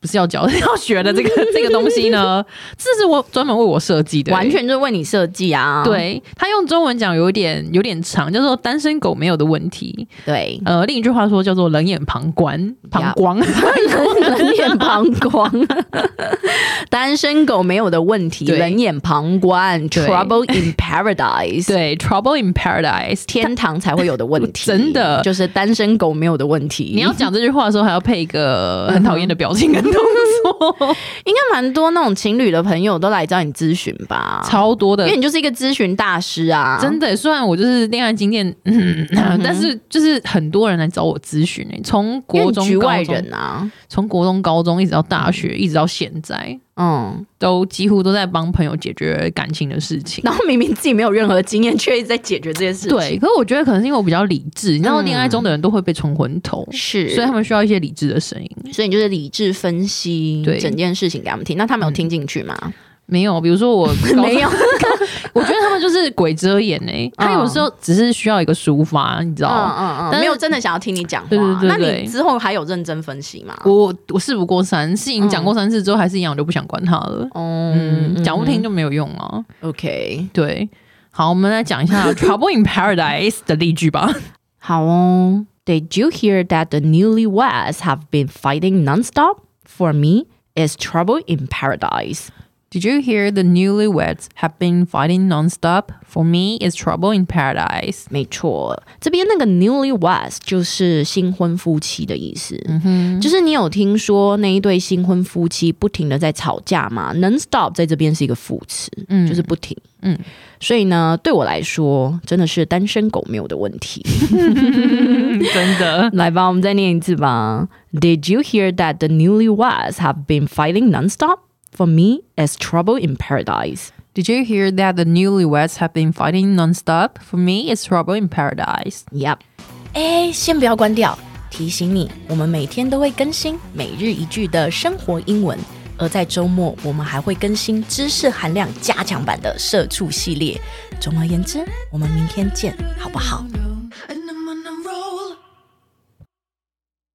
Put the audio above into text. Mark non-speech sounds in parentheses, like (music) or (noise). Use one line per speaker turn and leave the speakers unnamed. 不是要教 (laughs) 的，要
(laughs)
学的这个这个东西呢，这是我专门为我设计的，欸
完。全就是为你设计啊！
对他用中文讲有一点有点长，叫做“单身狗没有的问题
对”，，
呃，另一句话说叫做“冷眼旁观”，旁
(laughs)
观。 (laughs)
冷眼旁观， (laughs) 单身狗没有的问题，
对
冷眼旁观
对
，Trouble in Paradise，，
对，“trouble in paradise”。
天堂才会有的问 (laughs) 题，
真的
就是单身狗没有的问题。
你要讲这句话的时候，还要配一个很讨厌的表情跟动
(laughs)
作，
应该蛮多那种情侣的朋友都来找你咨询吧，
超多的
因为你就是一个咨询大师啊，
真的耶，虽然我就是恋爱经验，嗯，但是就是很多人来找我咨询诶，从
因为
国
你
中、
局外
高中，
人啊，
从国中、高中一直到大学，一直到现在，
嗯，
都几乎都在帮朋友解决感情的事情。
然后明明自己没有任何经验，却一直在解决这件事情，
对，可是我觉得可能是因为我比较理智，你知道，
嗯
恋爱中的人都会被冲昏头，
是，
所以他们需要一些理智的声音。
所以你就是理智分析
对
整件事情给他们听，那他们有听进去吗？
没有，比如
(laughs)
说我高
没有，
(laughs)
嗯
我觉得他们就是鬼遮眼诶，他有时候只是需要一个抒发，你知道。
嗯嗯嗯，
但是
没有真的想要听你讲话。
对对对
那
对
你之后还有认真分析吗？
我我事不过三，事情
嗯
讲过三次之后还是一样，我就不想管他了。
哦
嗯，讲不听就没有用啊。
OK，
对，好，我们来讲一下 Trouble in Paradise 的例句吧。
好哦。Did you hear that the newlyweds have been fighting nonstop? For me, it's trouble in paradise.
Did you hear the newlyweds have been fighting nonstop? For me, it's trouble in paradise.
没错，这边那个 newlyweds 就是新婚夫妻的意思。嗯哼，就是你有听说那一对新婚夫妻不停的在吵架吗？nonstop 在这边是一个副词，嗯，就是不停。嗯，所以呢，对我来说，真的是单身狗没有的问题。
(laughs) 真的，
来吧，我们再念一次吧。Did you hear that the newlyweds have been fighting nonstop? For me, it's trouble in paradise.
Did you hear that the newlyweds have been fighting nonstop? For me, it's trouble in paradise.
Yep. 哎，先不要关掉，提醒你，我们每天都会更新每日一句的生活英文，而在周末我们还会更新知识含量加强版的社畜系列。总而言之，我们明天见，好不好？
On a